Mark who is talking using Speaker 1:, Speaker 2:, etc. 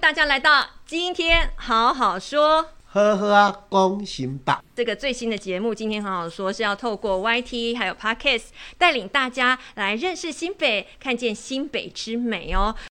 Speaker 1: 大家来到今天好好说。
Speaker 2: 呵呵啊，恭喜吧！
Speaker 1: 这个最新的节目，今天好好说是要透过 YT 还有 Podcast 带领大家来认识新北，看见新北之美哦。